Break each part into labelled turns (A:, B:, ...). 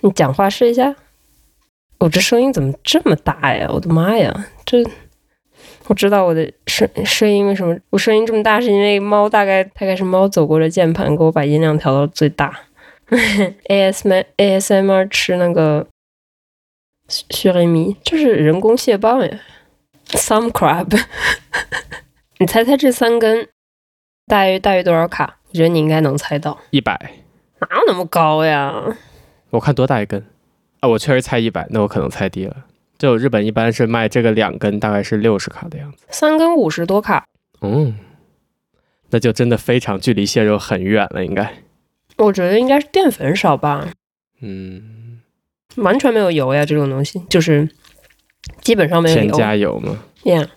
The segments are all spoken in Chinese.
A: 你讲话试一下。我这声音怎么这么大呀？我的妈呀！这我知道我的声声音为什么我声音这么大，是因为猫大概大概是猫走过的键盘给我把音量调到最大。ASM ASMR 吃那个雪雷米，这是人工蟹棒呀，Some crab 你猜猜这三根大约大约多少卡？我觉得你应该能猜到，
B: 一百，
A: 哪有那么高呀？
B: 我看多大一根啊？我确实猜一百，那我可能猜低了。这有日本一般是卖这个两根，大概是六十卡的样子。
A: 三根五十多卡，
B: 嗯，那就真的非常距离蟹肉很远了，应该。
A: 我觉得应该是淀粉少吧，
B: 嗯，
A: 完全没有油呀，这种东西就是基本上没有
B: 添
A: 油。
B: 加油嘛。
A: Yeah，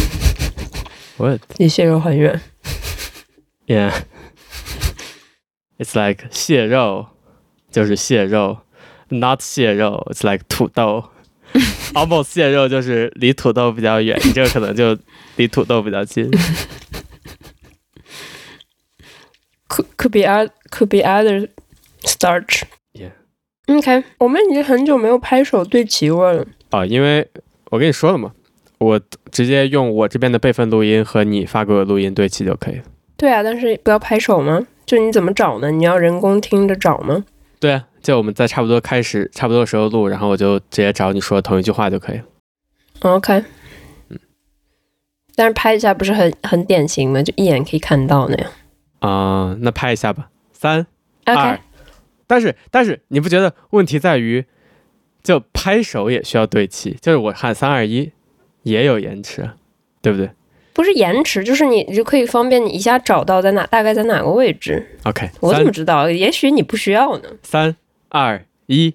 B: 我也
A: 离蟹肉很远。
B: Yeah. It's like 蟹肉就是蟹肉，not 蟹肉，it's like 土豆。almost 蟹肉就是离土豆比较远，你这个可能就离土豆比较近。
A: Could could be other could be other starch. 嗯
B: Yeah.
A: OK，我们已经很久没有拍手对齐过了。
B: 哦，因为我跟你说了嘛，我直接用我这边的备份录音和你发给我的录音对齐就可以了。
A: 对啊，但是不要拍手吗？就你怎么找呢？你要人工听着找吗？
B: 对啊，就我们在差不多开始差不多的时候录，然后我就直接找你说同一句话就可以了。
A: OK，
B: 嗯
A: 但是拍一下不是很很典型吗？就一眼可以看到那样。
B: 啊、那拍一下吧，三
A: OK，
B: 二。但是但是你不觉得问题在于，就拍手也需要对齐，就是我喊三二一，也有延迟啊，对不对
A: 不是延迟，就是你你就可以方便你一下找到在哪，大概在哪个位置。
B: ？OK，
A: 我怎
B: 三
A: 么知道？也许你不需要呢。
B: 三二一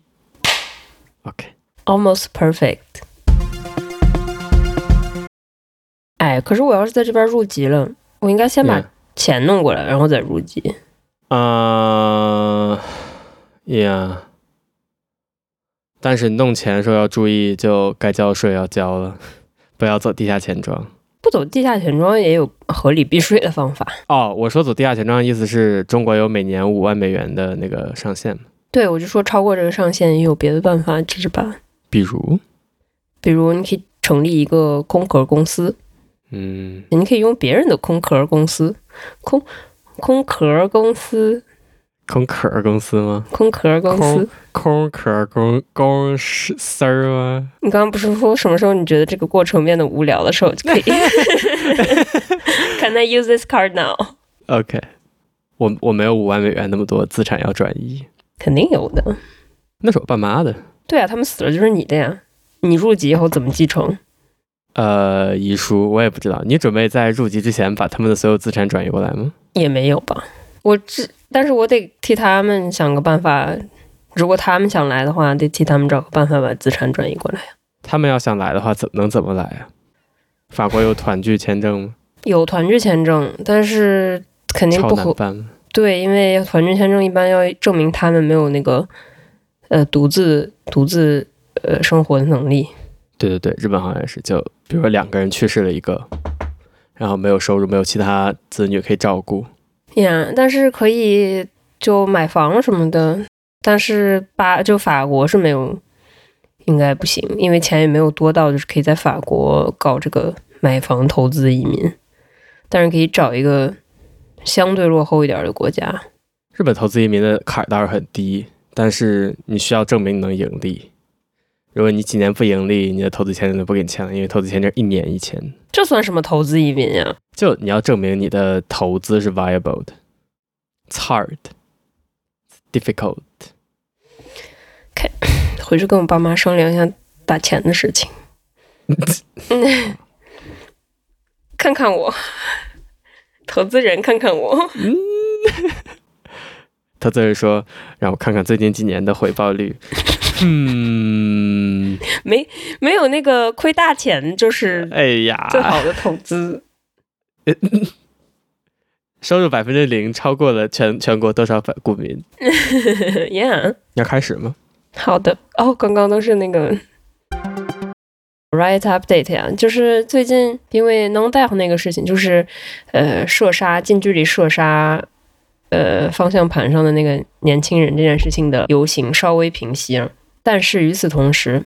B: ，OK，
A: Almost perfect。哎，可是我要是在这边入籍了，我应该先把
B: 嗯
A: 钱弄过来，然后再入籍。
B: 呃呀，但是弄钱的时候要注意，就该交税要交了， 不要走地下钱庄。
A: 不走地下钱庄也有合理避税的方法。
B: 哦，我说走地下钱庄的意思是中国有每年五万美元的那个上限嘛，
A: 对，我就说超过这个上限也有别的办法，只是吧？
B: 比如，
A: 比如你可以成立一个空壳公司，
B: 嗯，
A: 你可以用别人的空壳公司，空空壳公司，
B: 空壳儿公司吗？
A: 空壳公司
B: 空。空壳公公是丝儿吗？
A: 你刚刚不是说什么时候你觉得这个过程变得无聊的时候就 可以？Can I use this card now？
B: OK，我我没有五万美元那么多资产要转移，
A: 肯定有的。
B: 那是我爸妈的，
A: 对啊，他们死了就是你的呀。你入籍以后怎么继承？
B: 呃，遗书我也不知道。你准备在入籍之前把他们的所有资产转移过来吗？
A: 也没有吧。我这，但是我得替他们想个办法。如果他们想来的话，得替他们找个办法把资产转移过来。
B: 他们要想来的话，怎能怎么来啊？法国有团聚签证吗？
A: 有团聚签证，但是肯定
B: 超
A: 不
B: 难
A: 合
B: 办吗。
A: 对，因为团聚签证一般要证明他们没有那个呃独自独自呃生活的能力。
B: 对对对，日本好像也是，就比如说两个人去世了一个，然后没有收入，没有其他子女可以照顾，
A: 呀但是可以就买房什么的，但是巴就法国是没有，应该不行，因为钱也没有多到就是可以在法国搞这个买房投资移民，但是可以找一个相对落后一点的国家。
B: 日本投资移民的坎儿倒是很低，但是你需要证明能盈利。如果你几年不盈利，你的投资签证就不给你签了，因为投资签证一年一签，
A: 这算什么投资移民呀、
B: 就你要证明你的投资是 viable 的。It's hard, it's difficult。
A: 回去跟我爸妈商量一下打钱的事情。嗯，看看我， 投资人看看我。
B: 投资人说：“让我看看最近几年的回报 率。”嗯，
A: 没没有那个亏大钱，就是
B: 哎呀，
A: 最好的投资。
B: 收入百分之零超过了全全国多少百股民？
A: yeah，
B: 你要开始吗？
A: 好的。哦，刚刚都是那个 right update 呀、就是最近因为 non d e 那个事情，就是呃射杀近距离射杀呃方向盘上的那个年轻人这件事情的游行稍微平息了。但是与此同时，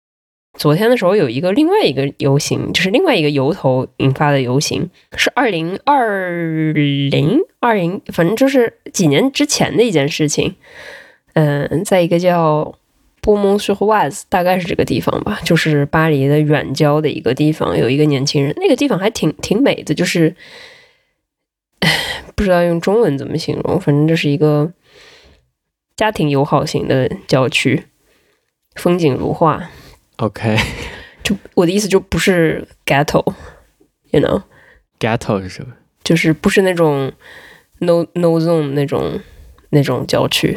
A: 昨天的时候有一个另外一个游行，就是另外一个由头引发的游行，是二零二零二零，反正就是几年之前的一件事情。嗯，在一个叫波蒙苏霍瓦斯，大概是这个地方吧，就是巴黎的远郊的一个地方，有一个年轻人，那个地方还挺挺美的，就是 唉不知道用中文怎么形容，反正就是一个家庭友好型的郊区，风景如画。
B: OK，ghetto
A: 就我的意思就不是 ghetto，you know，
B: 是什么？
A: 就是不是那种 no no zone 那种那种郊区。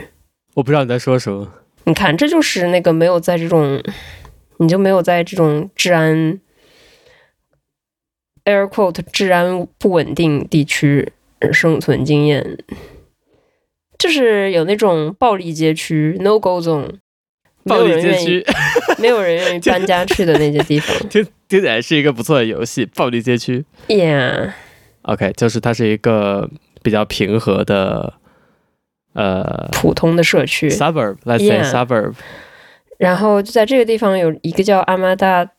B: 我不知道你在说什么。
A: 你看，这就是那个没有在这种，你就没有在这种治安 air quote 治安不稳定地区生存经验，就是有那种暴力街区 no go zone，没
B: 暴
A: 有
B: 力
A: 人
B: 街
A: 愿意，
B: 区
A: 没有人愿意搬家去的那些地方。
B: 听起来是一个不错的游戏，暴力街区。
A: Yeah，
B: OK，就是它是一个比较平和的，呃
A: 普通的社 区。
B: ，suburb，let's say
A: Yeah
B: suburb。
A: 然后就在这个地方有一个叫阿玛达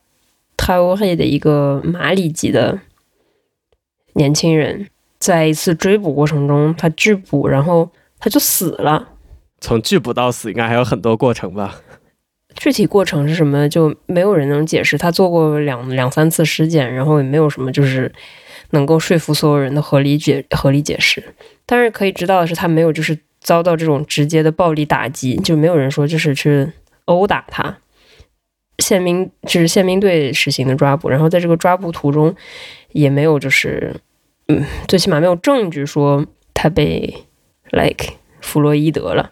A: 塔乌黑的一个马里籍的年轻人，在一次追捕过程中，他拒捕，然后他就死了。
B: 从拒捕到死，应该还有很多过程吧？
A: 具体过程是什么，就没有人能解释。他做过两两三次尸检，然后也没有什么就是能够说服所有人的合理解合理解释。但是可以知道的是，他没有就是遭到这种直接的暴力打击，就没有人说就是去殴打他。宪兵就是宪兵队实行的抓捕，然后在这个抓捕途中也没有就是嗯，最起码没有证据说他被 like 弗洛伊德了。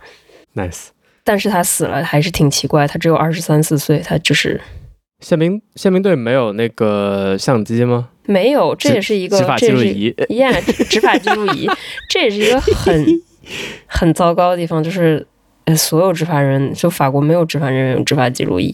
B: Nice。
A: 但是他死了还是挺奇怪，他只有二十三四岁，他就是
B: 宪兵宪兵队没有那个相机吗？
A: 没有，这
B: 执
A: 也是一个
B: 执法
A: 这
B: 记
A: 也
B: 录
A: 是
B: 仪。
A: yeah 执执法记录 仪，这也是一个很很糟糕的地方，就是呃所有执法人就法国没有执法人员有执法记录仪，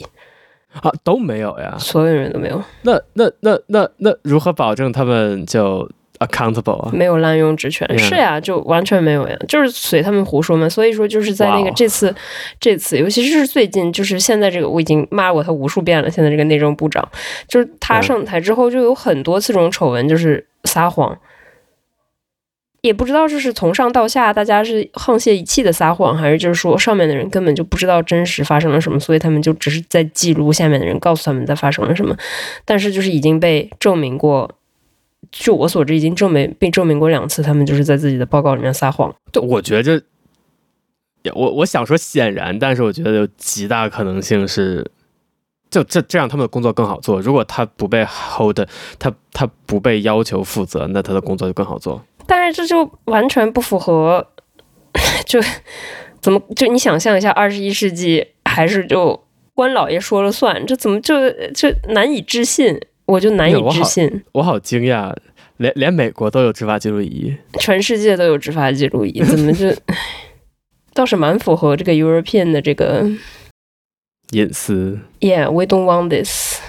B: 啊，都没有呀。
A: 所有人都没有，
B: 那那那那那如何保证他们就 accountable 啊？
A: 没有滥用职权
B: Yeah
A: 是呀，就完全没有呀，就是随他们胡说嘛。所以说就是在那
B: 哇
A: 个
B: 哦
A: 这次这次，尤其是最近，就是现在这个我已经骂过他无数遍了。现在这个内政部长，就是他
B: 嗯
A: 上台之后就有很多次这种丑闻，就是撒谎。也不知道这是从上到下大家是沆瀣一气的撒谎，还是就是说上面的人根本就不知道真实发生了什么，所以他们就只是在记录下面的人告诉他们在发生了什么。但是就是已经被证明过，据我所知已经证明被证明过两次，他们就是在自己的报告里面撒谎。
B: 对，我觉着，也我我想说显然，但是我觉得有极大可能性是，就这这样他们的工作更好做。如果他不被 hold，他他不被要求负责，那他的工作就更好做。
A: 但是这就完全不符合， 就怎么就你想象一下，二十一世纪还是就官老爷说了算，这怎么就就难以置信？我就难
B: 没有
A: 以
B: 哎我
A: 置
B: 好
A: 信，
B: 我好惊讶，连连美国都有执法记录仪。
A: 全世界都有执法记录仪，怎么就 倒是蛮符合这个 European 的这个
B: 隐私
A: Yeah, we don't want this.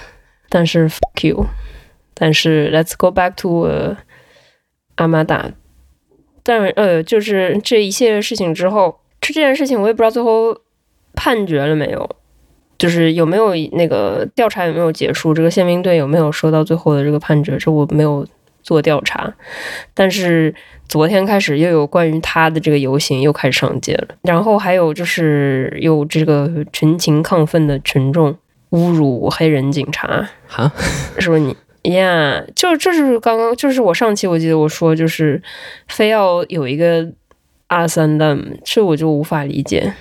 A: 但是 fuck you. 但是 let's go back to 呃阿玛达。但呃，就是这一系列事情之后，这这件事情我也不知道最后判决了没有，就是有没有那个调查有没有结束，这个宪兵队有没有收到最后的这个判决，这我没有做调查。但是昨天开始又有关于他的这个游行又开始上街了，然后还有就是有这个群情亢奋的群众侮辱黑人警察，
B: 哈，
A: 是不是你？呀、yeah,，就这就是刚刚就是我上期我记得我说就是非要有一个阿三的，这我就无法理解。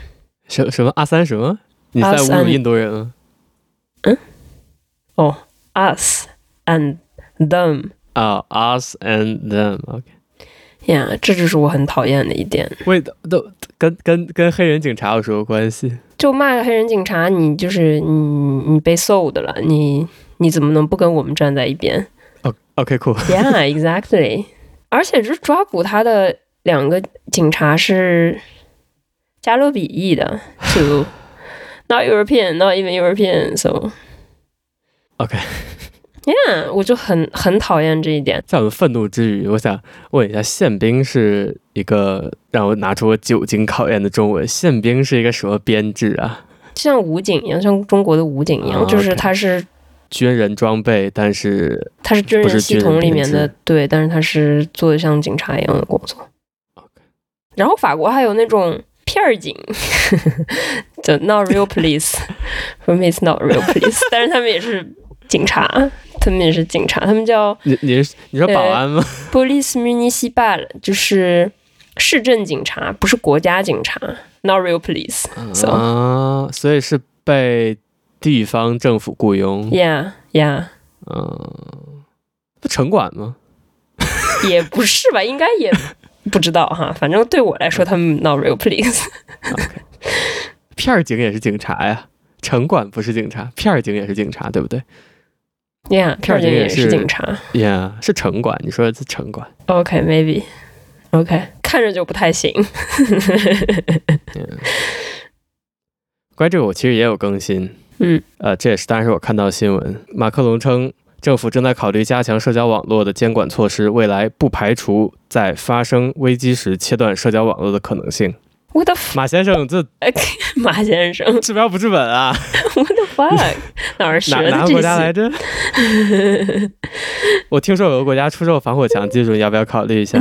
B: 什什么阿三什么？你
A: 阿
B: 在侮辱
A: 三
B: 印度人吗
A: Us and them，
B: 啊、u s and them。OK，
A: 呀、yeah,，这就是我很讨厌的一点。
B: 为都跟跟跟黑人警察有什么关系？
A: 就骂黑人警察，你就是你你被 sold 了，你你怎么能不跟我们站在一边？
B: o OK，酷、
A: Yeah, exactly。而且就是抓捕他的两个警察是加勒比裔的，to not European, not even European. So
B: OK
A: Yeah，我就很很讨厌这一点。
B: 在我的愤怒之余，我想问一下，宪兵是一个让我拿出我久经考验的中文，宪兵是一个什么编制啊？
A: 就像武警一样，像中国的武警一样，
B: 啊
A: 就是
B: ，OK
A: 它是
B: 军人装备，但是
A: 它是军
B: 不
A: 人
B: 是
A: 系
B: 军人
A: 统里
B: 编
A: 面的
B: 制
A: 对，但是它是做的像警察一样的工作。
B: OK
A: 然后法国还有那种片儿警， 就 not real police，for me it's not real police，但是 他们也是警察，他们也是警察，他们叫
B: 你你是你说保
A: 呃
B: 安吗？
A: police municipal，就是市政警察，不是国家警察，not real police。so-
B: 啊，所以是被地方政府雇佣，
A: Yeah, yeah，
B: 嗯，不城管吗？
A: 也不是吧，应该也不知道哈，反正对我来说他们 not real police。
B: 片儿警也是警察呀，城管不是警察，片儿警也是警察，对不对
A: Yeah，片儿
B: 片儿
A: 警
B: 警
A: 也
B: 也
A: 是
B: 是
A: 警察。
B: ？Yeah，是城管，你说的是城管。
A: OK，maybe，OK，、看着就不太行。
B: 关于这个，我其实也有更新。
A: 嗯，
B: 呃，这也是当然是我看到的新闻。马克龙称，政府正在考虑加强社交网络的监管措施，未来不排除在发生危机时切断社交网络的可能性。
A: What the fuck，
B: 马先生，这
A: 马先生
B: 治标不治本啊，
A: ？What the fuck，哪儿学
B: 哪
A: 的
B: 哪个
A: 这
B: 国家
A: 些？
B: 来着？ 我听说有个国家出售防火墙技术，你要不要考虑一下？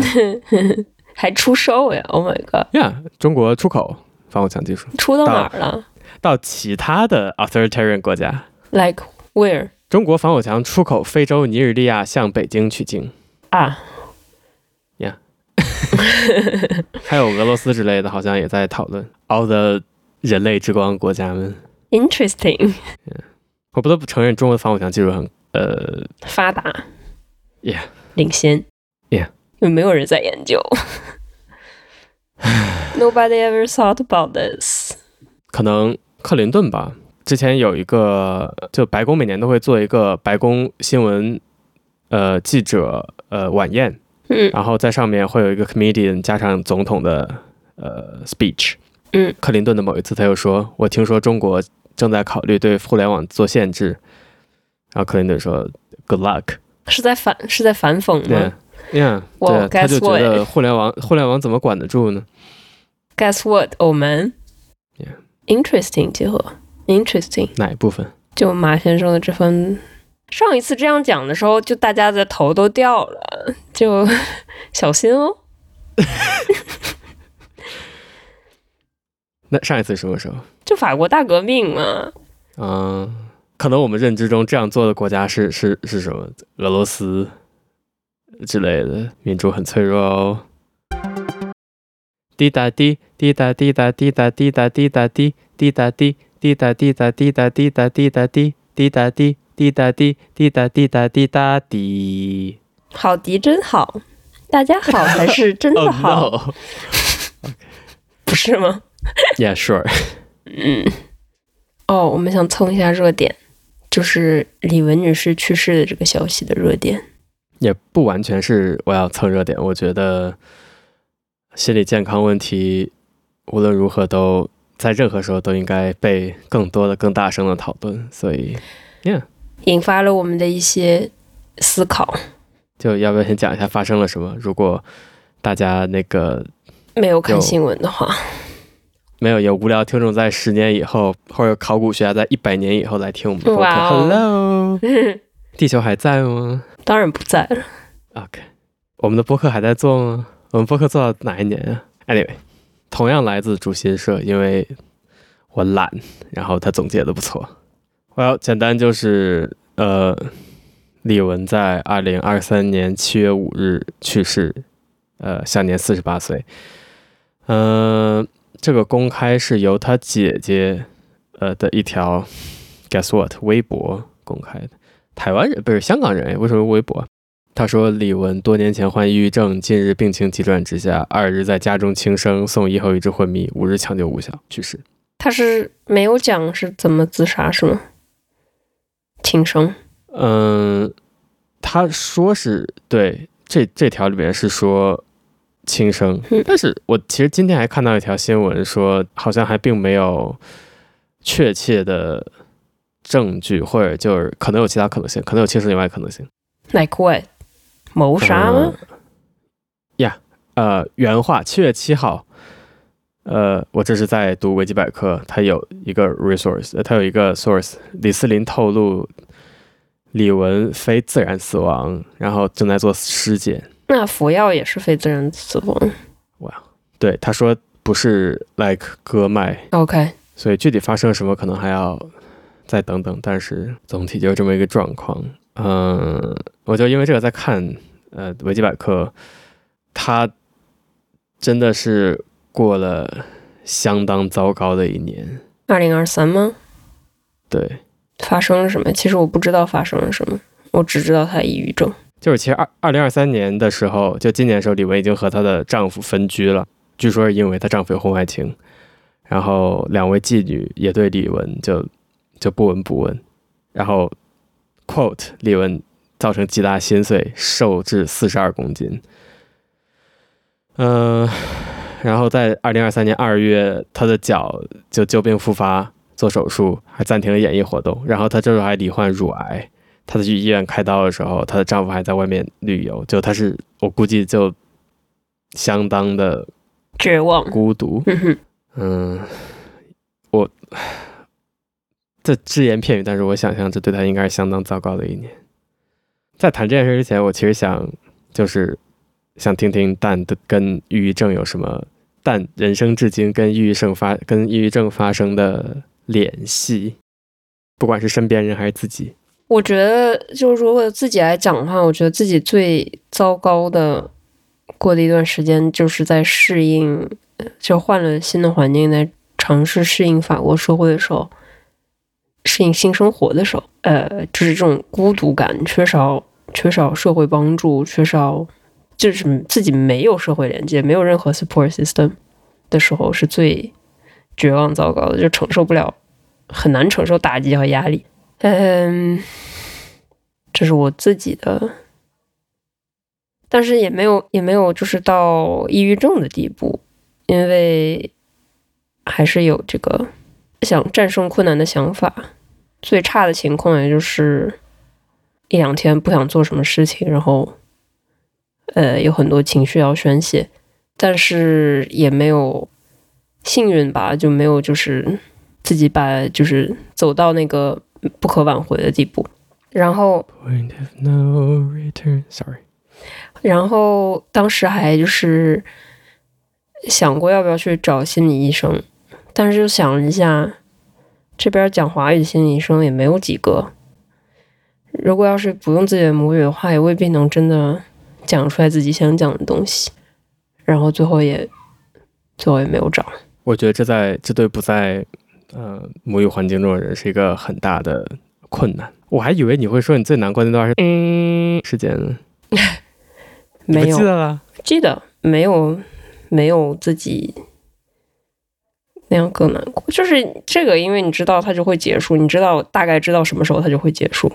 A: 还出售呀？Oh my god，
B: 呀、中国出口防火墙技术
A: 出到哪儿了
B: 到其他的 authoritarian 国家。
A: ？Like where
B: 中国防火墙出口非洲尼日利亚，向北京取经。
A: 啊？
B: 还有俄罗斯之类的，好像也在讨论 all the 人类之光国家们。
A: Interesting，
B: 我不得不承认，中国的防火墙技术很呃，
A: 发达
B: Yeah
A: 领先
B: Yeah
A: 因为没有人在研 究，Nobody ever thought about this。
B: 可能克林顿吧。之前有一个，就白宫每年都会做一个白宫新闻呃记者呃晚宴，
A: 嗯
B: 然后在上面会有一个 comedian 加上总统的呃 speech。
A: 嗯，
B: 克林顿的某一次他又说：“我听说中国正在考虑对互联网做限制。”然后克林顿说：“Good luck。”
A: 是在反是在反讽
B: 对
A: 吗
B: 呀，yeah, 对
A: 哇
B: 啊，他
A: 嗯 guess
B: 就觉得互联网互联网怎么管得住呢？
A: ？Guess what，我们
B: Yeah
A: interesting 结合 interesting。
B: 哪一部分？
A: 就马先生的这份，上一次这样讲的时候，就大家的头都掉了，就 小心哦。
B: 那上一次什么时候？
A: 就法国大革命嘛，
B: 嗯、可能我们认知中这样做的国家是是是什么？俄罗斯之类的，民主很脆弱哦。滴答滴滴答滴答滴答滴答滴答滴滴答滴滴答滴答滴答滴答滴答滴滴答滴滴答滴滴答滴答滴答滴。
A: 好迪真好，大家 好才是真
B: Oh
A: 的好
B: no!
A: 不是吗？
B: Yeah, sure.
A: 嗯，哦，我们想蹭一下热点，就是李玟女士去世的这个消息的热点。
B: 也不完全是我要蹭热点，我觉得心理健康问题无论如何都在任何时候都应该被更多的、更大声的讨论，所以
A: 引发了我们的一些思考。
B: 就要不要先讲一下发生了什么？如果大家那个
A: 没有看
B: 有
A: 新闻的话，
B: 没有有无聊听众在十年以后，或者考古学家在一百年以后来听我们的播客
A: 哇哦
B: ，Hello，地球还在吗
A: 当然不在了。
B: ？OK，我们的播客还在做吗？我们播客做到哪一年啊？Anyway，同样来自竹新社，因为我懒，然后他总结的不错。我要简单就是呃，李玟在二零二三年七月五日去世，呃，享年四十八岁。嗯、这个公开是由他姐姐呃的一条 Guess What 微博公开的，台湾人不是香港人，为什么微博？他说，李玟多年前患抑郁症，近日病情急转直下，二日在家中轻生，送医后一直昏迷，五日抢救无效去世。
A: 他是没有讲是怎么自杀是吗？轻生。
B: 嗯，他说是对这这条里面是说轻生
A: 嗯，
B: 但是我其实今天还看到一条新闻说，好像还并没有确切的证据，或者就是可能有其他可能性，可能有侵蚀另外可能性。
A: Like what？谋杀吗？
B: 呃呀、呃，原话七月七号，呃，我这是在读维基百科，它有一个 resource，呃它有一个 source，李斯林透露李玟非自然死亡，然后正在做尸检。
A: 那服药也是非自然死亡。
B: 对，他说不是 like 割脉，
A: OK，
B: 所以具体发生什么可能还要再等等，但是总体就是这么一个状况。嗯，我就因为这个在看呃维基百科，它真的是过了相当糟糕的一年。
A: 二零二三吗？
B: 对，
A: 发生了什么？其实我不知道发生了什么，我只知道她抑郁症。
B: 就是其实二二零二三年的时候，就今年的时候，李玟已经和她的丈夫分居了，据说是因为她丈夫有婚外情，然后两位妓女也对李玟就就不闻不问，然后 quote 李玟造成极大心碎，瘦至四十二公斤，嗯、然后在二零二三年二月，她的脚就旧病复发，做手术，还暂停了演艺活动，然后她这时候还罹患乳癌。她去医院开刀的时候，她的丈夫还在外面旅游，就她是我估计就相当的
A: 绝望。
B: 孤独。
A: 嗯哼，
B: 嗯，我这只言片语，但是我想象这对她应该是相当糟糕的一年。在谈这件事之前，我其实想就是想听听蛋的跟抑郁症有什么，蛋人生至今跟抑郁症发跟抑郁症发生的联系，不管是身边人还是自己。
A: 我觉得就是如果自己来讲的话，我觉得自己最糟糕的过的一段时间，就是在适应，就换了新的环境，在尝试适应法国社会的时候，适应新生活的时候，呃，就是这种孤独感，缺少缺少社会帮助，缺少就是自己没有社会连接，没有任何 support system 的时候，是最绝望糟糕的，就承受不了，很难承受打击和压力。嗯，这是我自己的，但是也没有也没有就是到抑郁症的地步，因为还是有这个想战胜困难的想法。最差的情况也就是一两天不想做什么事情，然后呃有很多情绪要宣泄，但是也没有幸运吧，就没有就是自己把就是走到那个不可挽回的地步。然后
B: Point of no return. Sorry.
A: 然后当时还就是想过要不要去找心理医生，但是就想了一下，这边讲华语的心理医生也没有几个。如果要是不用自己的母语的话，也未必能真的讲出来自己想讲的东西。然后最后也，最后也没有找。
B: 我觉得这在这对不在呃母语环境中的人是一个很大的困难。我还以为你会说你最难过那段是
A: 嗯，
B: 时间呢，你
A: 没
B: 不
A: 有
B: 记得了。
A: 记得没有没有自己那样更难过，就是这个，因为你知道它就会结束，你知道大概知道什么时候它就会结束。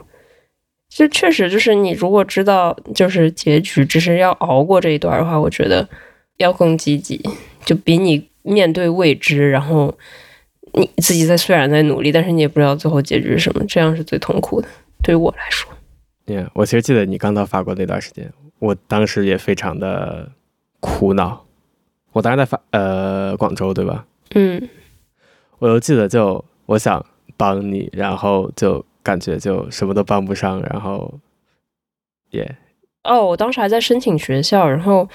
A: 就确实就是你如果知道就是结局，只是要熬过这一段的话，我觉得要更积极，就比你面对未知，然后你自己在虽然在努力，但是你也不知道最后结局是什么，这样是最痛苦的。对于我来说，
B: Yeah，我其实记得你刚到法国那段时间，我当时也非常的苦恼。我当时在法呃广州对吧？
A: 嗯，
B: 我又记得就我想帮你，然后就感觉就什么都帮不上，然后也
A: 哦，我当时还在申请学校，然后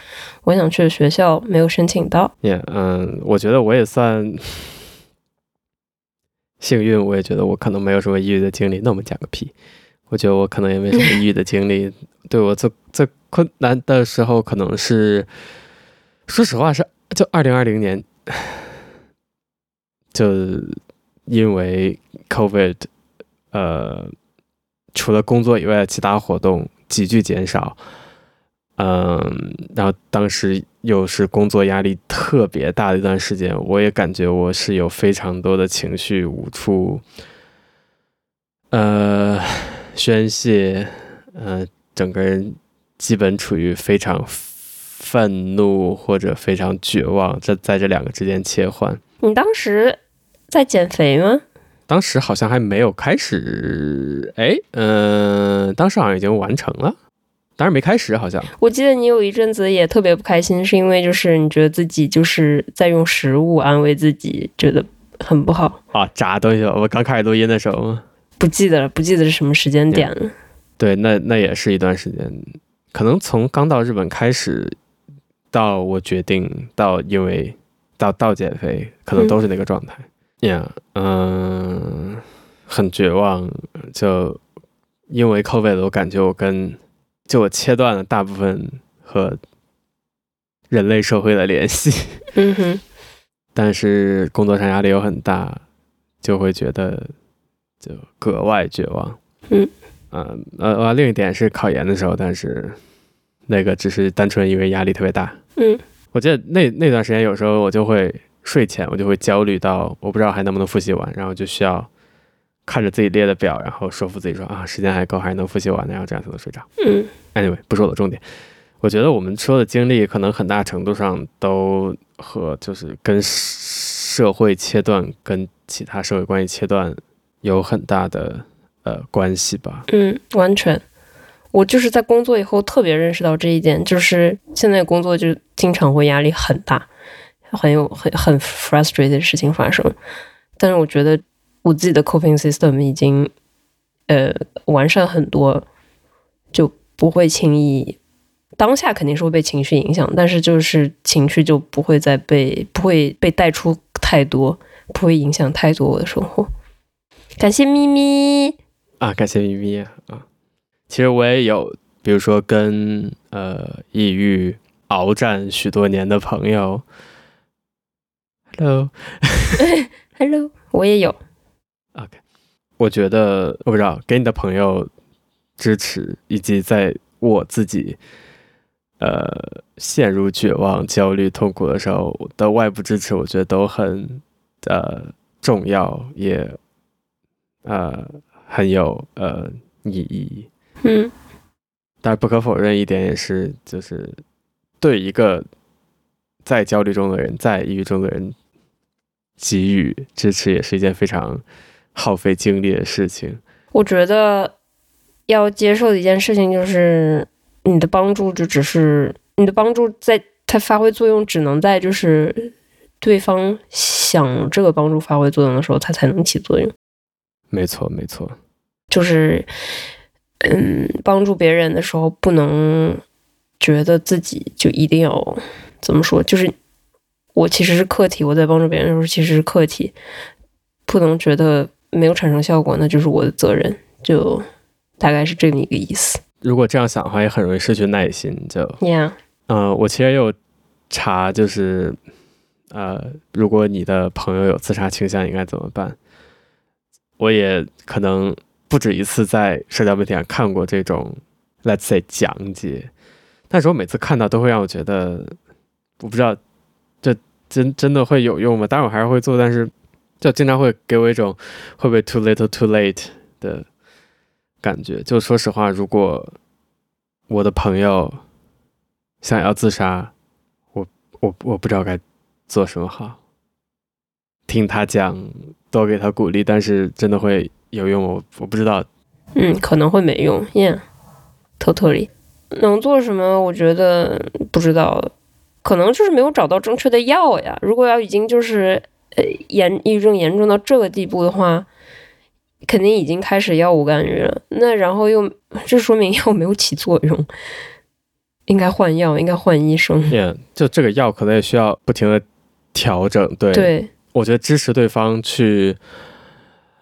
A: 我想去的学校没有申请到。
B: 也、嗯，我觉得我也算幸运，我也觉得我可能没有什么抑郁的经历。那我们讲个屁，我觉得我可能也没什么抑郁的经历。对我最最困难的时候，可能是说实话是就二零二零年，就因为 COVID，呃，除了工作以外的其他活动急剧减少。嗯，然后当时又是工作压力特别大的一段时间，我也感觉我是有非常多的情绪无处，呃，宣泄，呃，整个人基本处于非常愤怒或者非常绝望，这在这两个之间切换。
A: 你当时在减肥吗？
B: 当时好像还没有开始，哎，嗯、当时好像已经完成了，当时没开始好像。
A: 我记得你有一阵子也特别不开心，是因为就是你觉得自己就是在用食物安慰自己，觉得很不好。
B: 啊，炸东西！我刚开始录音的时候嘛，
A: 不记得了，不记得是什么时间点了。
B: 对，那那也是一段时间，可能从刚到日本开始，到我决定到因为到到减肥，可
A: 嗯
B: 能都是那个状态。yeah，嗯、很绝望，就因为 COVID，我感觉我跟就我切断了大部分和人类社会的联系。
A: 嗯哼，
B: 但是工作上压力又很大，就会觉得就格外绝望。
A: 嗯，
B: 呃呃，呃另一点是考研的时候，但是那个只是单纯因为压力特别大。
A: 嗯
B: 我记得那那段时间，有时候我就会睡前我就会焦虑到我不知道还能不能复习完，然后就需要看着自己列的表，然后说服自己说啊时间还够，还是能复习完的，然后这样才能睡着。
A: 嗯
B: Anyway，不是我的重点。我觉得我们说的经历，可能很大程度上都和就是跟社会切断、跟其他社会关系切断有很大的呃关系吧。
A: 嗯，完全。我就是在工作以后特别认识到这一点，就是现在工作就经常会压力很大，很有很很 frustrated 的事情发生。但是我觉得我自己的 coping system 已经呃完善很多，就不会轻易当下肯定是会被情绪影响，但是就是情绪就不会再被不会被带出太多，不会影响太多我的生活。感谢咪咪，
B: 啊，感谢咪咪啊！其实我也有，比如说跟呃抑郁鏖战许多年的朋友，Hello，
A: Hello，我也有，
B: OK，我觉得我不知道给你的朋友支持，以及在我自己呃陷入绝望、焦虑、痛苦的时候的外部支持，我觉得都很呃重要，也呃很有呃意义。
A: 嗯
B: 但不可否认一点也是，就是对一个在焦虑中的人，在抑郁中的人给予支持，也是一件非常耗费精力的事情。
A: 我觉得要接受的一件事情就是，你的帮助就只是你的帮助在它发挥作用，只能在就是对方想这个帮助发挥作用的时候，它才能起作用。
B: 没错，没错，
A: 就是嗯，帮助别人的时候，不能觉得自己就一定要怎么说，就是我其实是客体，我在帮助别人的时候其实是客体，不能觉得没有产生效果，那就是我的责任，就大概是这么一个意思。
B: 如果这样想的话，也很容易失去耐心。就，
A: Yeah，
B: 呃，我其实也有查，就是，呃，如果你的朋友有自杀倾向，应该怎么办？我也可能不止一次在社交媒体上看过这种，let's say 讲解，但是我每次看到都会让我觉得，我不知道这真真的会有用吗？当然我还是会做，但是就经常会给我一种会不会 too little too late 的感觉。就说实话，如果我的朋友想要自杀，我我我不知道该做什么好。听他讲，多给他鼓励，但是真的会有用吗？我我不知道。
A: 嗯，可能会没用。Yeah，totally。能做什么？我觉得不知道，可能就是没有找到正确的药呀。如果要已经就是呃严抑郁症严重到这个地步的话，肯定已经开始药物干预了。那然后又这说明药没有起作用，应该换药，应该换医生。
B: 也就这个药可能也需要不停的调整。对，
A: 对，
B: 我觉得支持对方去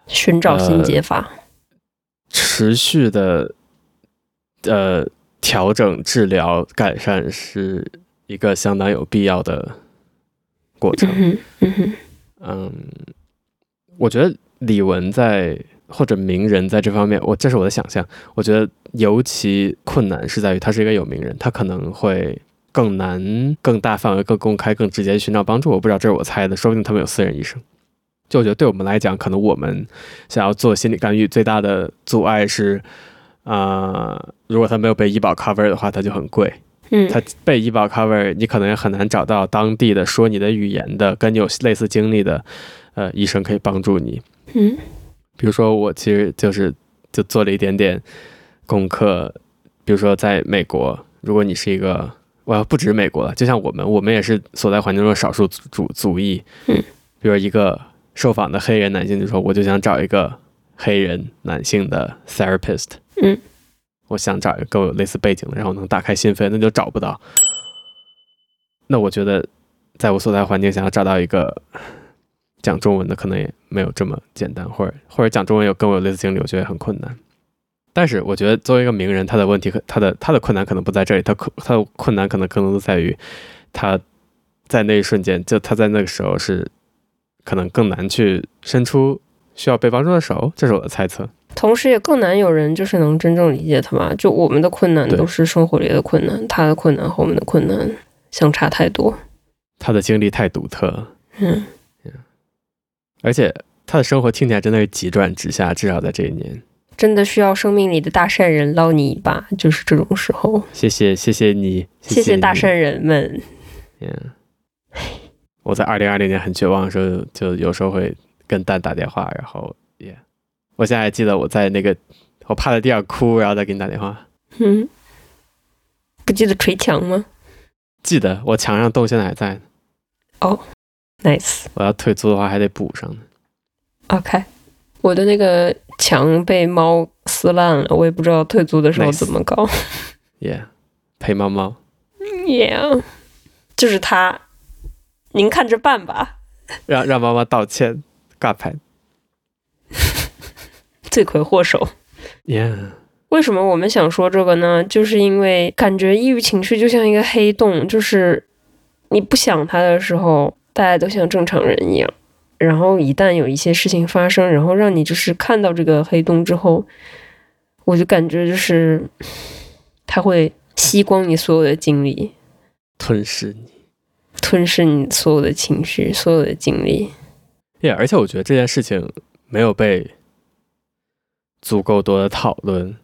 A: 寻找新
B: 呃
A: 解法。
B: 持续的呃调整、治疗、改善是一个相当有必要的过程
A: 嗯。哼，嗯哼，
B: 嗯，我觉得李玟在或者名人在这方面，我这是我的想象。我觉得尤其困难是在于他是一个有名人，他可能会更难、更大范围、更公开、更直接地寻找帮助。我不知道，这是我猜的，说不定他们有私人医生。就我觉得，对我们来讲，可能我们想要做心理干预，最大的阻碍是，呃，如果他没有被医保 cover 的话，他就很贵。
A: 嗯
B: 他被医保 cover，你可能也很难找到当地的说你的语言的、跟你有类似经历的，呃，医生可以帮助你。
A: 嗯
B: 比如说我其实就是就做了一点点功课，比如说在美国，如果你是一个，我不止美国了，就像我们，我们也是所在环境中的少数族族族裔，
A: 嗯，
B: 比如一个受访的黑人男性就说，我就想找一个黑人男性的 therapist，
A: 嗯，
B: 我想找一个跟我有类似背景的，然后能打开心扉，那就找不到。那我觉得，在我所在环境想要找到一个讲中文的可能也没有这么简单，或者或者讲中文有跟我有类似经历，我觉得很困难。但是我觉得作为一个名人，他的问题可他的他的困难可能不在这里，他困他的困难可能更多在于他在那一瞬间，就他在那个时候是可能更难去伸出需要被帮助的手，这是我的猜测。
A: 同时也更难有人就是能真正理解他吧。就我们的困难
B: 对
A: 都是生活里的困难，他的困难和我们的困难相差太多。
B: 他的经历太独特了，
A: 嗯，
B: 而且他的生活听起来真的是急转直下，至少在这一年。
A: 真的需要生命里的大善人捞你一把，就是这种时候。
B: 谢谢谢谢你，
A: 谢
B: 谢
A: 谢大
B: 你
A: 善人们。
B: Yeah，我在二零二零年很绝望的时候，就有时候会跟蛋打电话，然后 Yeah，我现在还记得我在那个我趴在地上哭，然后再给你打电话。
A: 嗯，不记得捶墙吗
B: 记得我墙上洞现在还在呢，
A: 哦？Nice。
B: 我要退租的话还得补上呢。
A: OK，我的那个墙被猫撕烂了，我也不知道退租的时候
B: Nice
A: 怎么搞。
B: Yeah，陪猫猫。
A: yeah，就是它，您看着办吧。
B: 让让妈妈道歉，尬拍。
A: 罪魁祸首。
B: Yeah，
A: 为什么我们想说这个呢？就是因为感觉抑郁情绪就像一个黑洞，就是你不想它的时候，大家都像正常人一样。然后一旦有一些事情发生，然后让你就是看到这个黑洞之后，我就感觉就是它会吸光你所有的精力，
B: 吞噬你。
A: 吞噬你所有的情绪、所有的精力。
B: Yeah，而且我觉得这件事情没有被足够多的讨论。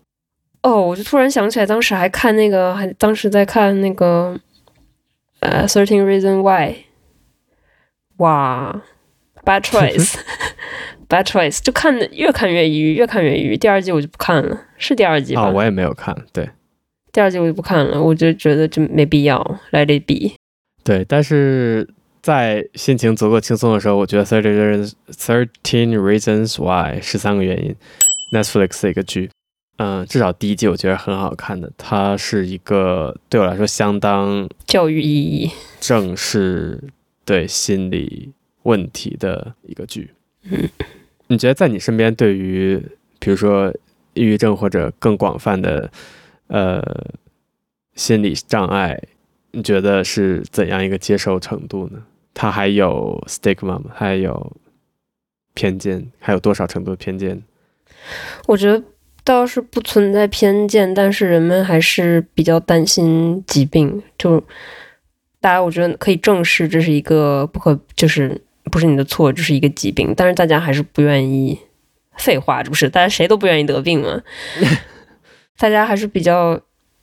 A: 哦，我就突然想起来，当时还看那个，还当时在看那个，呃，《Thirteen Reason Why》。哇，Bad Choice，Bad Choice，就看得越看越抑郁，越看越抑郁。第二季我就不看了，是第二季吧？
B: 啊，我也没有看。对
A: 第二季我就不看了，我就觉得这没必要来这比。
B: 对，但是在心情足够轻松的时候，我觉得《Thirteen Reasons Thirteen Reasons Why》十三个原因，Netflix 的一个剧，嗯，至少第一季我觉得很好看的，它是一个对我来说相当
A: 教育意义，
B: 正视对心理问题的一个 剧。
A: 嗯，
B: 你觉得在你身边，对于比如说抑郁症或者更广泛的呃心理障碍，你觉得是怎样一个接受程度呢？它还有 stigma 吗？还有偏见？还有多少程度的偏见？
A: 我觉得倒是不存在偏见，但是人们还是比较担心疾病，就大家我觉得可以正视这是一个不可，就是不是你的错，这是一个疾病，但是大家还是不愿意。废话，这不是大家谁都不愿意得病嘛？大家还是比较，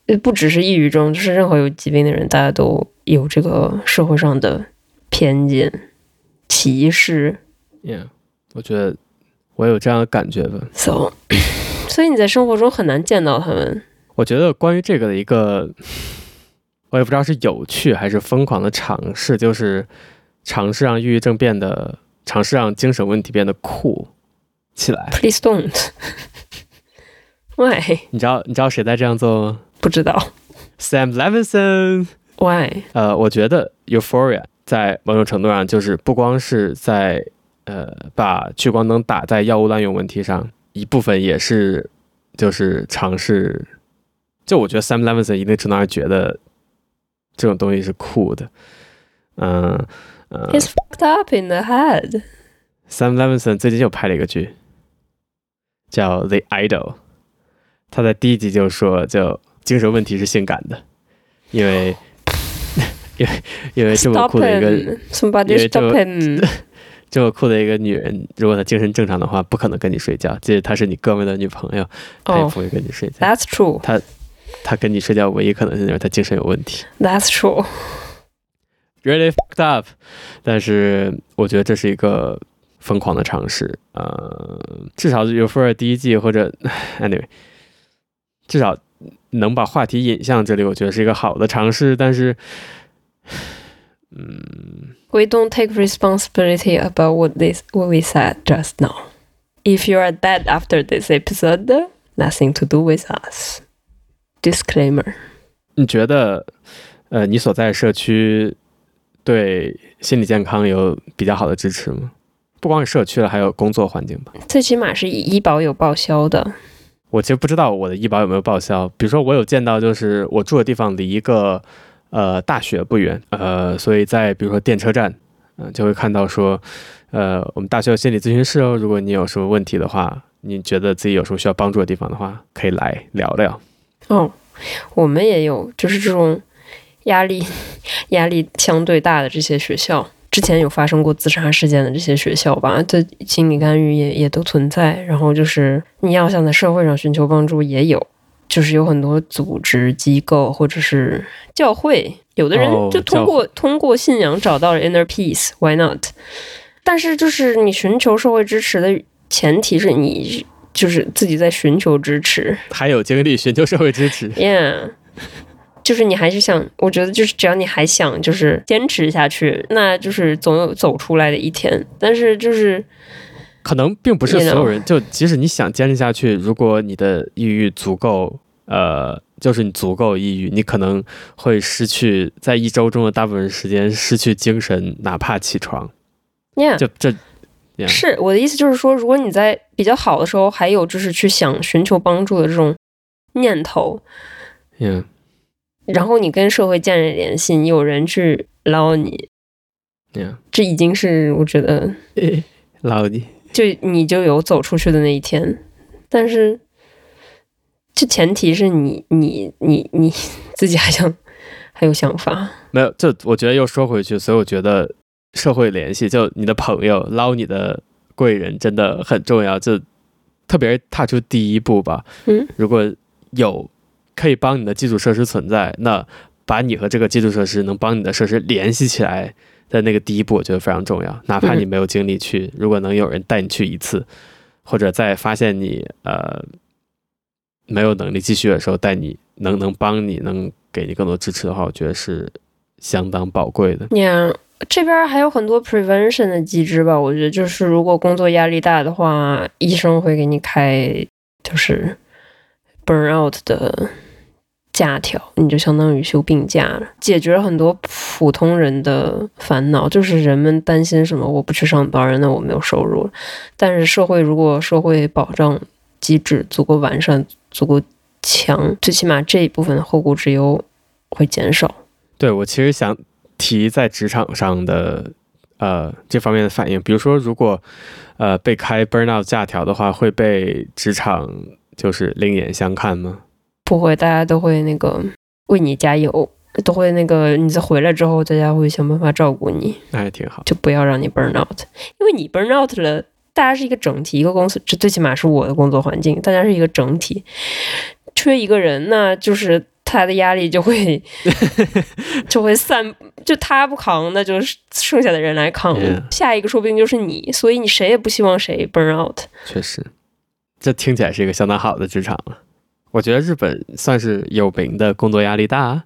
A: 呃不只是抑郁症，就是任何有疾病的人，大家都有这个社会上的偏见、歧视。
B: Yeah，我觉得我有这样的感觉吧。
A: So，所以你在生活中很难见到他们。
B: 我觉得关于这个的一个， 我也不知道是有趣还是疯狂的尝试，就是尝试让抑郁症变得，尝试让精神问题变得酷起来。
A: Please don't. Why？
B: 你知道你知道谁在这样做吗
A: 不知道。
B: ？Sam Levinson。
A: Why？
B: 呃，我觉得 Euphoria 在某种程度上就是不光是在呃把聚光灯打在药物滥用问题上，一部分也是就是尝试，就我觉得 Sam Levinson 一定程度上觉得这种东西是酷的，嗯、呃
A: He's fucked up in the head.
B: s a m Levinson 最近又拍了一个剧，叫《The Idol》，他在第一集就说，就精神问题是性感的，因为 因为因为这么
A: Stop
B: 酷的一个
A: him. Somebody
B: 因为这
A: stop him.
B: 这么酷的一个女人，如果她精神正常的话，不可能跟你睡觉。即使她是你哥们的女朋友，她也
A: 哦
B: 不会跟你睡觉。
A: Oh, That's true.
B: 她跟你睡觉唯一可能性就是她精神有问题
A: That's true.
B: ，really fucked up。但是我觉得这是一个疯狂的尝试，呃，至少有福尔第一季或者 anyway，至少能把话题引向这里，我觉得是一个好的尝试。但是，嗯，
A: We don't take responsibility about what this what we said just now. If you are dead after this episode, nothing to do with us. Disclaimer.
B: 你觉得，呃，你所在社区对心理健康有比较好的支持吗？不光是社区了，还有工作环境吧。
A: 最起码是医保有报销的。
B: 我其实不知道我的医保有没有报销。比如说，我有见到，就是我住的地方离一个呃大学不远，呃，所以在比如说电车站，嗯、就会看到说，呃，我们大学有心理咨询室哦，如果你有什么问题的话，你觉得自己有什么需要帮助的地方的话，可以来聊聊。
A: 哦，我们也有，就是这种压力 压力相对大的这些学校，之前有发生过自杀事件的这些学校吧，对心理干预也也都存在。然后就是你要想在社会上寻求帮助，也有，就是有很多组织机构或者是教会，有的人
B: 哦
A: 就通过、通过信仰找到了 inner peace，why not？但是就是你寻求社会支持的前提是你就是自己在寻求支持，
B: 还有精力寻求社会支持。
A: Yeah，就是你还是想，我觉得就是只要你还想就是坚持下去，那就是总有走出来的一天。但是就是
B: 可能并不是
A: You know
B: 所有人，就即使你想坚持下去，如果你的抑郁足够，呃，就是你足够抑郁，你可能会失去在一周中的大部分时间失去精神，哪怕起床，
A: ，Yeah，
B: 就这这样
A: 是我的意思就是说，如果你在比较好的时候，还有就是去想寻求帮助的这种念头，
B: 嗯
A: 然后你跟社会建立联系，你有人去捞你，
B: 嗯，
A: 这已经是我觉得
B: 老你
A: 就你就有走出去的那一天。但是，这前提是你你你你自己还想还有想法。
B: 没有，就我觉得又说回去，所以我觉得社会联系，就你的朋友捞你的贵人真的很重要，就特别是踏出第一步吧。
A: 嗯，
B: 如果有可以帮你的基础设施存在，那把你和这个基础设施能帮你的设施联系起来的那个第一步，我觉得非常重要。哪怕你
A: 嗯
B: 没有精力去，如果能有人带你去一次，或者在发现你呃没有能力继续的时候，带你能能帮你能给你更多支持的话，我觉得是相当宝贵的。
A: Yeah，这边还有很多 prevention 的机制吧？我觉得就是如果工作压力大的话，医生会给你开就是 burnout 的假条，你就相当于休病假了，解决了很多普通人的烦恼。就是人们担心什么，我不去上班，那我没有收入了。但是社会如果社会保障机制足够完善、足够强，最起码这一部分的后顾之忧会减少。
B: 对我其实想提在职场上的呃这方面的反应，比如说如果呃被开 burnout 假条的话，会被职场就是另眼相看吗？
A: 不会，大家都会那个为你加油，都会那个你在回来之后，大家会想办法照顾你，
B: 那还挺好。
A: 就不要让你 burn out，因为你 burn out 了，大家是一个整体，一个公司，这最起码是我的工作环境，大家是一个整体，缺一个人那就是。他的压力就会 就会散，就他不扛，那就是剩下的人来扛。
B: Yeah
A: 下一个说不定就是你，所以你谁也不希望谁 burn out。
B: 确实，这听起来是一个相当好的职场了。我觉得日本算是有名的工作压力大，啊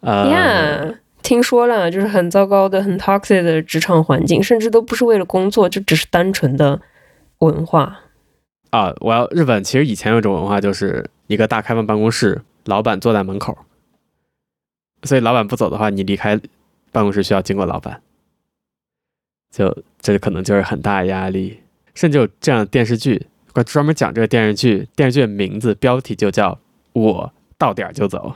B: 呃
A: Yeah，听说了，就是很糟糕的、很 toxic 的职场环境，甚至都不是为了工作，就只是单纯的文化。
B: 啊，我要日本其实以前有一种文化，就是一个大开放办公室，老板坐在门口，所以老板不走的话，你离开办公室需要经过老板，就这可能就是很大压力，甚至有这样的电视剧，我专门讲这个电视剧，电视剧的名字标题就叫“我到点儿就走”，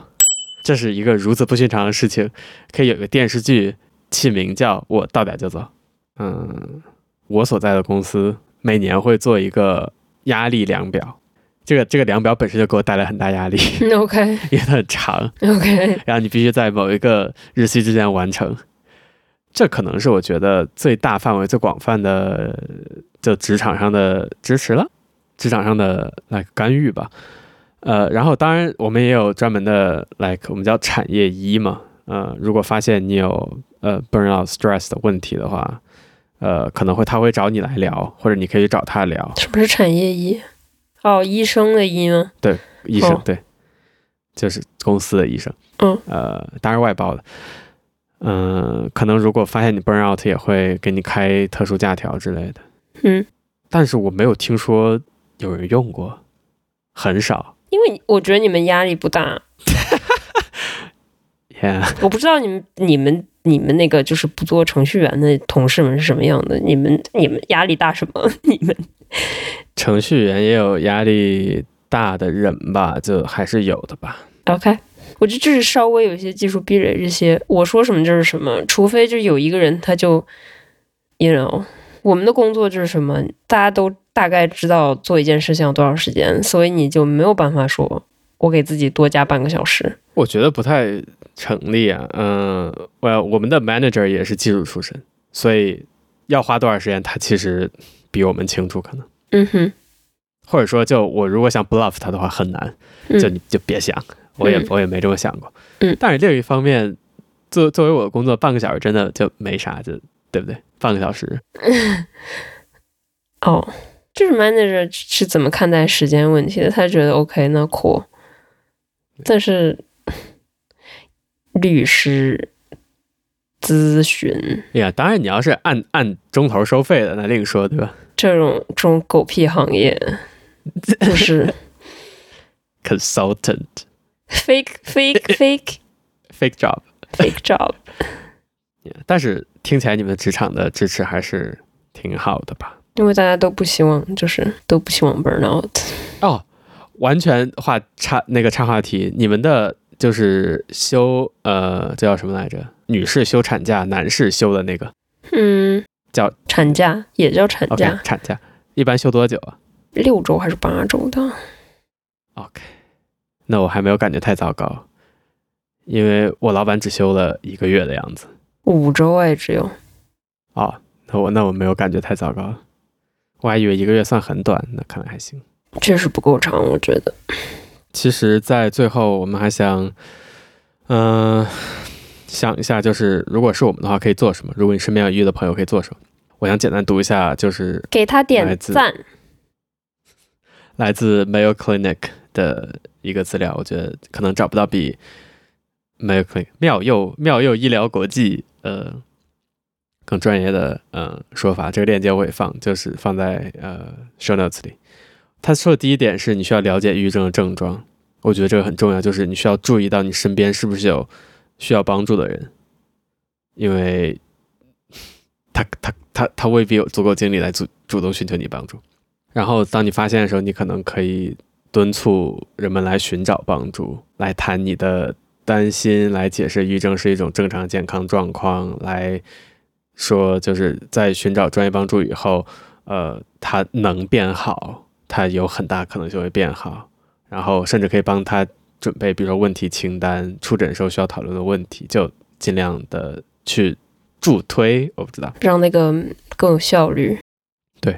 B: 这是一个如此不寻常的事情，可以有一个电视剧起名叫“我到点儿就走”。嗯，我所在的公司每年会做一个压力量表，这个这个量表本身就给我带来很大压力，
A: OK
B: 因为它很长，
A: OK，
B: 然后你必须在某一个日期之前完成。这可能是我觉得最大范围、最广泛的，就职场上的支持了，职场上的 like 干预吧。呃，然后当然我们也有专门的 like 我们叫产业医嘛。呃，如果发现你有呃 burnout stress 的问题的话，呃，可能会他会找你来聊，或者你可以找他聊。
A: 是不是产业医？哦，医生的医吗？
B: 医生、
A: 哦
B: 对，就是公司的医生。
A: 嗯，
B: 呃，当然外包的。嗯、可能如果发现你 burn out，也会给你开特殊假条之类的。
A: 嗯，
B: 但是我没有听说有人用过，很少。
A: 因为我觉得你们压力不大，
B: Yeah，
A: 我不知道你们、你们、你们那个就是不做程序员的同事们是什么样的。你们、你们压力大什么？ 你们
B: 程序员也有压力大的人吧，就还是有的吧。
A: OK？我觉得就是稍微有一些技术壁垒，这些我说什么就是什么，除非就有一个人他就，you know，我们的工作就是什么，大家都大概知道做一件事情要多少时间，所以你就没有办法说我给自己多加半个小时。
B: 我觉得不太成立啊。嗯、我我们的 manager 也是技术出身，所以要花多少时间，他其实比我们清楚，可能。
A: 嗯哼，
B: 或者说，就我如果想 bluff 他的话很难，就
A: 嗯
B: 你就别想，我也
A: 嗯
B: 我也没这么想过。
A: 嗯
B: 但是另一方面，作作为我的工作，半个小时真的就没啥，就对不对？半个小时，
A: 哦，就是 manager 是怎么看待时间问题的？他觉得 OK，那 cool。但是 律师咨询
B: 哎呀，当然你要是按按钟头收费的，那另说，对吧
A: 这种这种狗屁行业，就是
B: ？Consultant
A: fake fake fake
B: fake job，
A: fake job。
B: Yeah，但是听起来你们职场的支持还是挺好的吧？
A: 因为大家都不希望，就是都不希望 burn out。
B: 哦，完全话插那个插话题，你们的就是休呃，这叫什么来着？女士休产假，男士休的那个
A: 嗯，
B: 叫
A: 产假也叫产
B: OK
A: 假，
B: 产假，一般休多久啊
A: 六周还是八周的？
B: ？OK，那我还没有感觉太糟糕，因为我老板只休了一个月的样子。
A: 五周哎，只有
B: 哦，那我那我没有感觉太糟糕了，我还以为一个月算很短，那看来还行。
A: 确实不够长，我觉得。
B: 其实，在最后，我们还想，嗯、想一下，就是如果是我们的话，可以做什么？如果你身边有抑郁的朋友，可以做什么？我想简单读一下，就是
A: 给他
B: 来
A: 点
B: 自
A: 赞，
B: 来自 Mayo Clinic 的一个资料，我觉得可能找不到比 Mayo Clinic 妙佑妙佑医疗国际呃更专业的呃说法。这个链接我也放，就是放在呃 show notes 里。他说的第一点是你需要了解抑郁症的症状，我觉得这个很重要，就是你需要注意到你身边是不是有需要帮助的人，因为他他他他未必有足够精力来主主动寻求你帮助。然后当你发现的时候，你可能可以敦促人们来寻找帮助，来谈你的担心，来解释抑郁症是一种正常健康状况，来呃说就是在寻找专业帮助以后，呃，他能变好，他有很大可能性会变好，然后甚至可以帮他准备，比如说问题清单、出诊时候需要讨论的问题，就尽量的去助推，我不知道。
A: 让那个更有效率。
B: 对，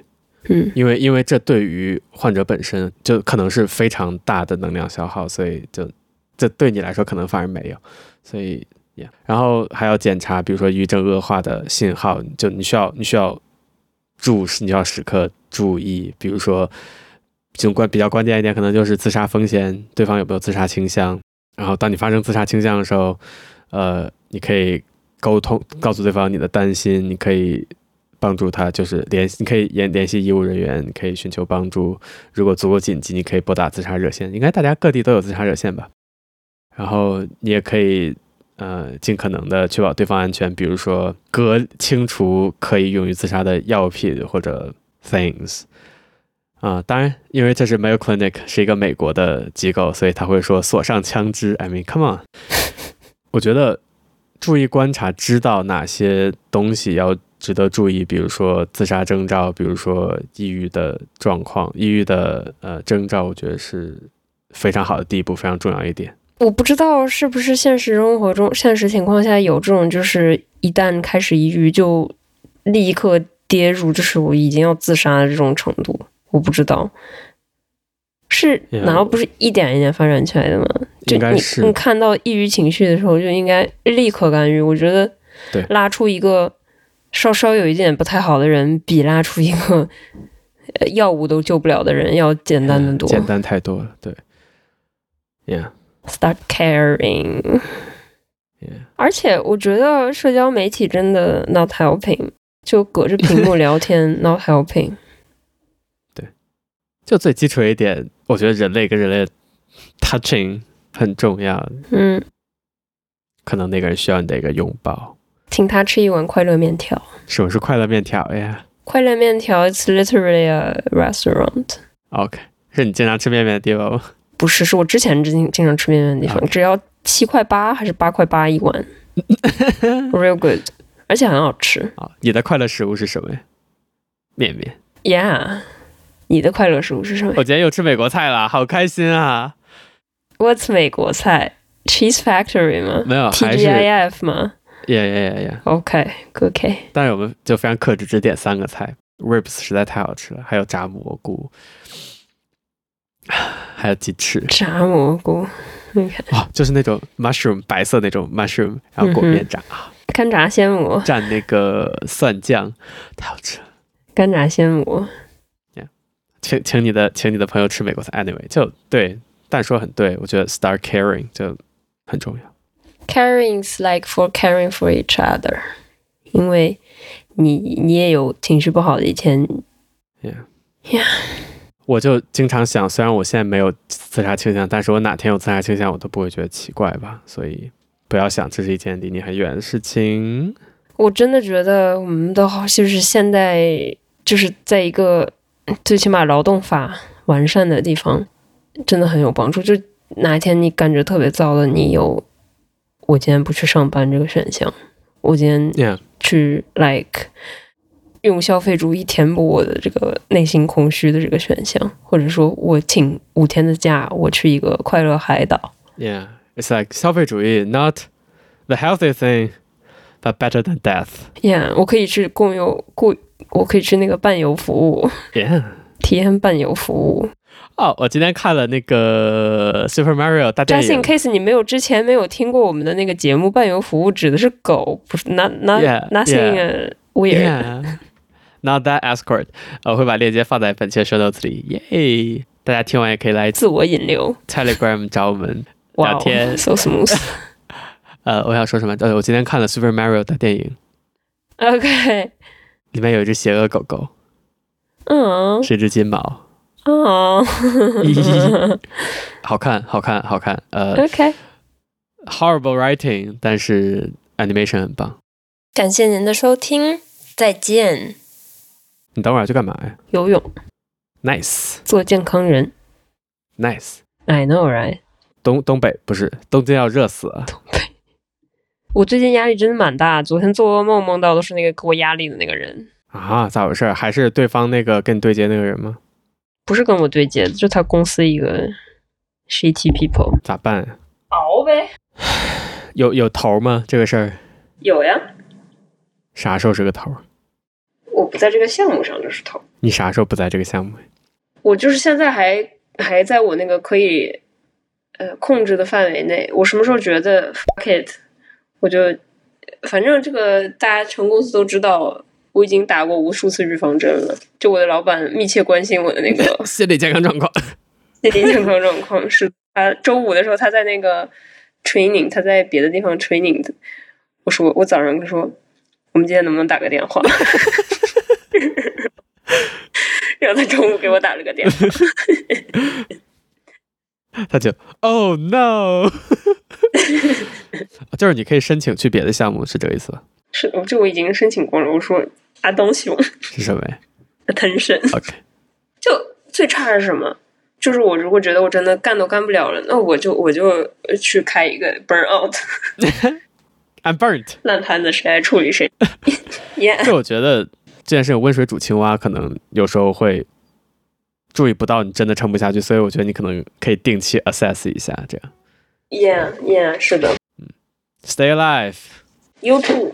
A: 嗯，
B: 因为因为这对于患者本身就可能是非常大的能量消耗，所以就这对你来说可能反而没有，所以 yeah. 然后还要检查，比如说抑郁症恶化的信号，就你需要你需要注视，你需要时刻注意，比如说就关比较关键一点，可能就是自杀风险，对方有没有自杀倾向，然后当你发生自杀倾向的时候，呃，你可以沟通告诉对方你的担心，你可以帮助他，就是联系，你可以联联系医务人员，你可以寻求帮助。如果足够紧急，你可以拨打自杀热线。应该大家各地都有自杀热线吧？然后你也可以，呃，尽可能的确保对方安全，比如说隔清除可以用于自杀的药品或者 things。啊、当然，因为这是 Mayo Clinic 是一个美国的机构，所以他会说锁上枪支。I mean, come on！我觉得注意观察，知道哪些东西要值得注意，比如说自杀征兆，比如说抑郁的状况，抑郁的呃征兆，我觉得是非常好的第一步，非常重要一点。
A: 我不知道是不是现实生活中、现实情况下有这种，就是一旦开始抑郁就立刻跌入，就是我已经要自杀的这种程度。我不知道，是
B: Yeah
A: 难道不是一点一点发展起来的吗？就
B: 应该
A: 你
B: 是
A: 你看到抑郁情绪的时候，就应该立刻干预。我觉得
B: 对
A: 拉出一个稍稍有一点不太好的人，比拉出一个呃药物都救不了的人要简单的多。
B: 哎简单太多了，对，Yeah
A: Start caring。
B: Yeah，
A: 而且我觉得社交媒体真的 not helping，就隔着屏幕聊 天 not helping。
B: 就最基础一点，我觉得人类跟人类 touching 很重要，
A: 嗯，
B: 可能那个人需要你的一个拥抱。
A: 请他吃一碗快乐面条。
B: 什么是快乐面条哎呀
A: 快乐面条，it's literally a restaurant。
B: ？OK，是你经常吃面面的地方吗？
A: 不是，是我之前经经常吃面面的地方
B: OK
A: 只要七块八还是八块八一 碗，real good，而且很好吃。
B: 啊，你的快乐食物是什么呀？面面。
A: Yeah，你的快乐食物是什么
B: 我今天又吃美国菜了，好开心啊！
A: ？What's 美国菜？Cheese Factory 吗
B: 没有，啊还是耶
A: ？TGIF 吗
B: 耶耶耶。
A: ？OK，OK，、OK，
B: 但是我们就非常克制，只点三个菜。ribs 实在太好吃了，还有炸蘑菇， 还有鸡翅
A: 炸蘑菇。你看，
B: 哦，就是那种 mushroom 白色那种 mushroom，然后裹面炸，啊
A: 干炸鲜蘑，
B: 蘸那个蒜酱，太好吃了。
A: 干炸鲜蘑，
B: 请请你的请你的朋友吃美国菜，anyway，就对，但说很对，我觉得 start caring 就很重要。
A: caring's like for caring for each other，因为你你也有情绪不好的一天。
B: Yeah.
A: Yeah.
B: 我就经常想，虽然我现在没有自杀倾向，但是我哪天有自杀倾向，我都不会觉得奇怪吧。所以不要想这是一件离你很远的事情。
A: 我真的觉得我们的好就是现在就是在一个最起码劳动法完善的地方，真的很有帮助。就哪一天你感觉特别糟了，你有我今天不去上班这个选项，我今天
B: Yeah，
A: 去 like 用消费主义填补我的这个内心空虚的这个选项，或者说我请五天的假，我去一个快乐海岛。
B: yeah. It's like 消费主义，not the healthy thing, but better than death.
A: Yeah，我可以去共游雇，我可以去那个伴游服务，
B: Yeah.
A: 体验伴游服务。
B: 哦，我今天看了那个 Super Mario 大电
A: Just
B: 影
A: in。case 你没有之前没有听过我们的那个节目，伴游服务指的是狗，不是 not not
B: Yeah,
A: nothing uh, weird。
B: Yeah. Not that escort，呃，我会把链接放在本期的 show notes 里，耶！大家听完也可以来
A: 自我引流，
B: Telegram 找我们
A: 哇、
B: 聊天
A: s o smooth。
B: 呃，我想说什么？呃，我今天看了 Super Mario 的电影，
A: OK，
B: 里面有一只邪恶狗狗，
A: 嗯
B: 是一只金毛，
A: 嗯
B: 咦好看，好看，好看。呃
A: ，OK。
B: ，horrible writing，但是 animation 很棒。
A: 感谢您的收听，再见。
B: 你等会儿要去干嘛呀
A: 游泳，
B: ？Nice，Nice。
A: 做健康人。I know, right？
B: 东东北不是东京要热死了，
A: 我最近压力真的蛮大，昨天做噩梦梦到的是那个给我压力的那个人，
B: 啊？咋回事？还是对方那个跟你对接那个人吗？
A: 不是跟我对接的，就他公司一个 shitty people。
B: 咋办呀？
A: 熬呗，
B: 有有头吗？这个事儿
A: 有呀，
B: 啥时候是个头？
A: 我不在这个项目上就是头，
B: 你啥时候不在这个项目？
A: 我就是现在还还在我那个可以呃控制的范围内，我什么时候觉得 fuck it，我就反正这个大家全公司都知道。我已经打过无数次预防针了，就我的老板密切关心我的那个
B: 心理健康状况。
A: 心理健康状况是他周五的时候他在那个 training，他在别的地方 training 的。我说我早上跟他说，我们今天能不能打个电话？ 然后他中午给我打了个电话，
B: 他就 Oh no，就是你可以申请去别的项目，是这个意思吧？
A: 是我就我已经申请过了。我说阿东熊
B: 是什么呀
A: attention，
B: ？OK，
A: 就最差是什么？就是我如果觉得我真的干都干不了了，那我就我就去开一个 burn out，
B: I'm burnt。
A: 烂摊子谁来处理谁？Yeah，
B: 就我觉得这件事情温水煮青蛙，可能有时候会注意不到你真的撑不下去，所以我觉得你可能可以定期 assess 一下，这样
A: Yeah，Yeah，是的。
B: stay alive。
A: You too。